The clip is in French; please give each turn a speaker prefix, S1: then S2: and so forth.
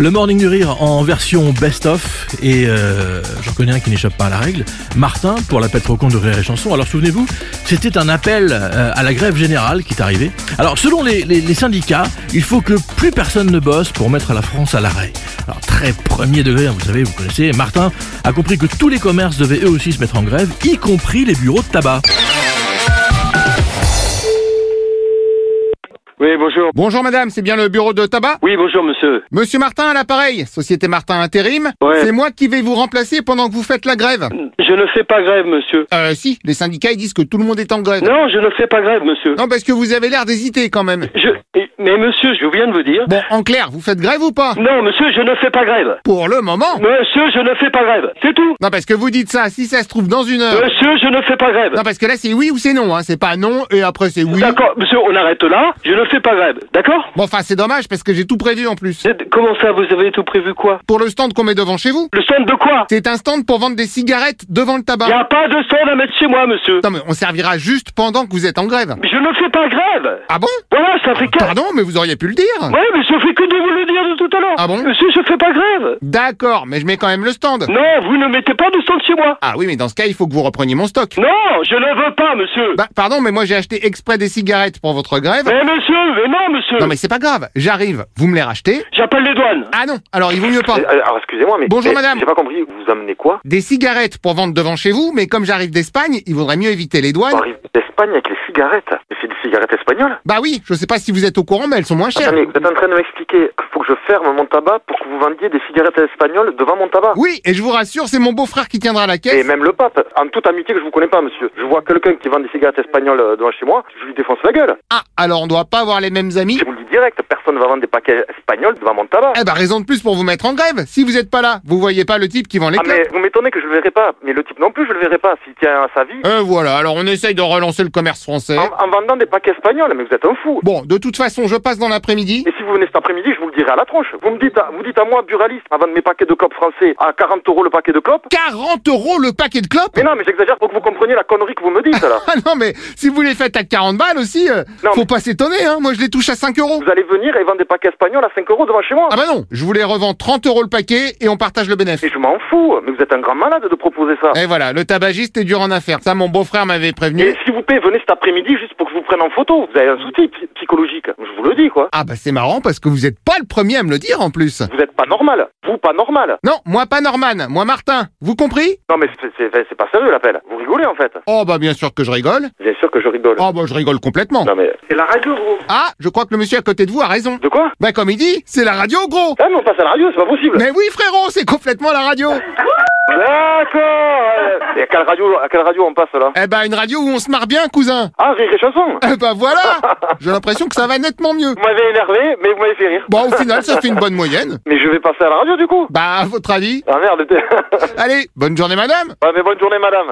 S1: Le Morning du Rire en version best-of, et euh, j'en connais un qui n'échappe pas à la règle, Martin, pour l'appel trop con de Rire et Chanson. Alors souvenez-vous, c'était un appel euh, à la grève générale qui est arrivé. Alors selon les, les- les syndicats, il faut que plus personne ne bosse pour mettre la France à l'arrêt. Alors très premier degré, hein, vous savez, vous connaissez, Martin a compris que tous les commerces devaient eux aussi se mettre en grève, y compris les bureaux de tabac.
S2: Oui, bonjour.
S3: Bonjour madame, c'est bien le bureau de tabac
S2: Oui, bonjour, monsieur.
S3: Monsieur Martin à l'appareil, Société Martin Intérim.
S2: Ouais.
S3: C'est moi qui vais vous remplacer pendant que vous faites la grève.
S2: Je ne fais pas grève, monsieur.
S3: Euh si, les syndicats ils disent que tout le monde est en grève.
S2: Non, je ne fais pas grève, monsieur.
S3: Non, parce que vous avez l'air d'hésiter quand même.
S2: Je... Mais monsieur, je viens de vous dire.
S3: Bon, en clair, vous faites grève ou pas
S2: Non, monsieur, je ne fais pas grève.
S3: Pour le moment.
S2: Monsieur, je ne fais pas grève. C'est tout.
S3: Non, parce que vous dites ça, si ça se trouve dans une heure.
S2: Monsieur, je ne fais pas grève.
S3: Non, parce que là c'est oui ou c'est non, hein. c'est pas non et après c'est Ah, oui.
S2: D'accord, monsieur, on arrête là. Je ne fais pas grève. D'accord
S3: Bon, enfin c'est dommage parce que j'ai tout prévu en plus.
S2: C'est- Comment ça, vous avez tout prévu quoi
S3: Pour le stand qu'on met devant chez vous.
S2: Le stand de quoi
S3: C'est un stand pour vendre des cigarettes devant le
S2: Il n'y
S3: tabac.
S2: a pas de stand à mettre chez moi, monsieur.
S3: Non mais on servira juste pendant que vous êtes en grève.
S2: Je ne fais pas grève.
S3: Ah bon
S2: Voilà, ça fait quatre.
S3: Pardon, mais vous auriez pu le dire.
S2: Ouais, mais je fais que de vous le dire de tout à l'heure.
S3: Ah bon Ah.
S2: Monsieur, je fais pas grève.
S3: D'accord, mais je mets quand même le stand.
S2: Non, vous ne mettez pas de stand chez moi.
S3: Ah oui, mais dans ce cas, il faut que vous repreniez mon stock.
S2: Non, je ne veux pas, monsieur.
S3: Bah, pardon, mais moi j'ai acheté exprès des cigarettes pour votre grève.
S2: Mais monsieur, mais non, monsieur.
S3: Non, mais c'est pas grave, j'arrive, vous me les rachetez.
S2: J'appelle les douanes.
S3: Ah non, alors il vaut mieux pas.
S4: Eh, Alors excusez-moi, mais
S3: Bonjour,
S4: eh,
S3: madame.
S4: J'ai pas compris. Vous amenez quoi
S3: Des cigarettes pour vendre devant chez vous, mais comme j'arrive d'Espagne, il vaudrait mieux éviter les
S4: On
S3: douanes.
S4: arrive d'Espagne avec les cigarettes. Mais c'est des cigarettes espagnoles
S3: Bah oui, je sais pas si vous êtes au courant, mais elles sont moins chères.
S4: Attendez, vous êtes en train de m'expliquer qu'il faut que je ferme mon tabac pour que vous vendiez des cigarettes espagnoles devant mon tabac
S3: Oui, et je vous rassure, c'est mon beau-frère qui tiendra la
S4: Et
S3: caisse.
S4: même le pape, en toute amitié que je vous connais pas, monsieur. Je vois quelqu'un qui vend des cigarettes espagnoles euh, devant chez moi, je lui défonce la gueule.
S3: Ah, alors on doit pas avoir les mêmes amis.
S4: Je vous le dis direct, personne ne va vendre des paquets espagnols devant mon tabac.
S3: Eh bah raison de plus pour vous mettre en grève. Si vous êtes pas là, vous voyez pas le type qui vend les
S4: Ah
S3: clopes.
S4: mais vous m'étonnez que je le verrai pas, mais le type non plus je le verrai pas s'il tient à sa vie
S3: Euh, voilà, alors on essaye de relancer le commerce français.
S4: en, en vendant des paquets espagnols, mais vous êtes un fou.
S3: Bon, de toute façon, je passe dans l'après-midi.
S4: Et si vous venez cet après-midi, je vous le dirai à la tronche. Vous me dites, à- vous dites à moi, buraliste, à vendre mes paquets de clopes français à 40 euros le paquet de clopes
S3: 40 euros le paquet de clopes
S4: Mais non, mais j'exagère pour que vous compreniez la connerie que vous me dites, là.
S3: Ah non, mais si vous les faites à 40 balles aussi, euh,
S4: Non,
S3: faut
S4: mais-
S3: pas s'étonner, hein. Moi, je les touche à 5 euros.
S4: Vous allez venir et vendre des paquets espagnols à 5 euros devant chez moi.
S3: Ah bah non, je vous les revends 30 euros le paquet et on partage le
S4: Et
S3: bénéfice.
S4: je m'en fous, mais vous êtes un grand malade de proposer ça.
S3: Et voilà, le tabagiste est dur en affaires. Ça, mon beau-frère m'avait prévenu.
S4: Et s'il vous plaît, venez cet après-midi juste pour que je vous prenne en photo. Vous avez un souci psy- psychologique. Je vous le dis, quoi.
S3: Ah bah c'est marrant parce que vous êtes pas le premier à me le dire en plus.
S4: Vous êtes pas normal. Vous, pas normal.
S3: Non, moi pas Norman, moi Martin. Vous compris
S4: Non, mais c'est- c'est c'est pas sérieux, l'appel. Vous rigolez, en fait.
S3: Oh bah bien sûr que je rigole.
S4: Bien sûr que je rigole.
S3: Oh bah je rigole complètement.
S4: Non, mais... C'est la radio, gros.
S3: Ah, je crois que le monsieur à côté de vous a raison.
S4: De quoi
S3: Bah comme il dit, c'est la radio gros.
S4: Ah non, pas c'est la radio, c'est pas possible.
S3: Mais oui frérot, c'est complètement la radio.
S4: D'accord euh, Et à quelle radio, à quelle radio on passe là
S3: Eh bah une radio où on se marre bien cousin.
S4: Ah, rire et chanson
S3: Eh bah voilà J'ai l'impression que ça va nettement mieux.
S4: Vous m'avez énervé, mais vous m'avez fait rire.
S3: Bon, au final, ça fait une bonne moyenne.
S4: Mais je vais passer à la radio du coup
S3: Bah, à votre avis
S4: Ah merde t'es- Ouais,
S3: Allez, bonne journée, madame
S4: mais bonne journée madame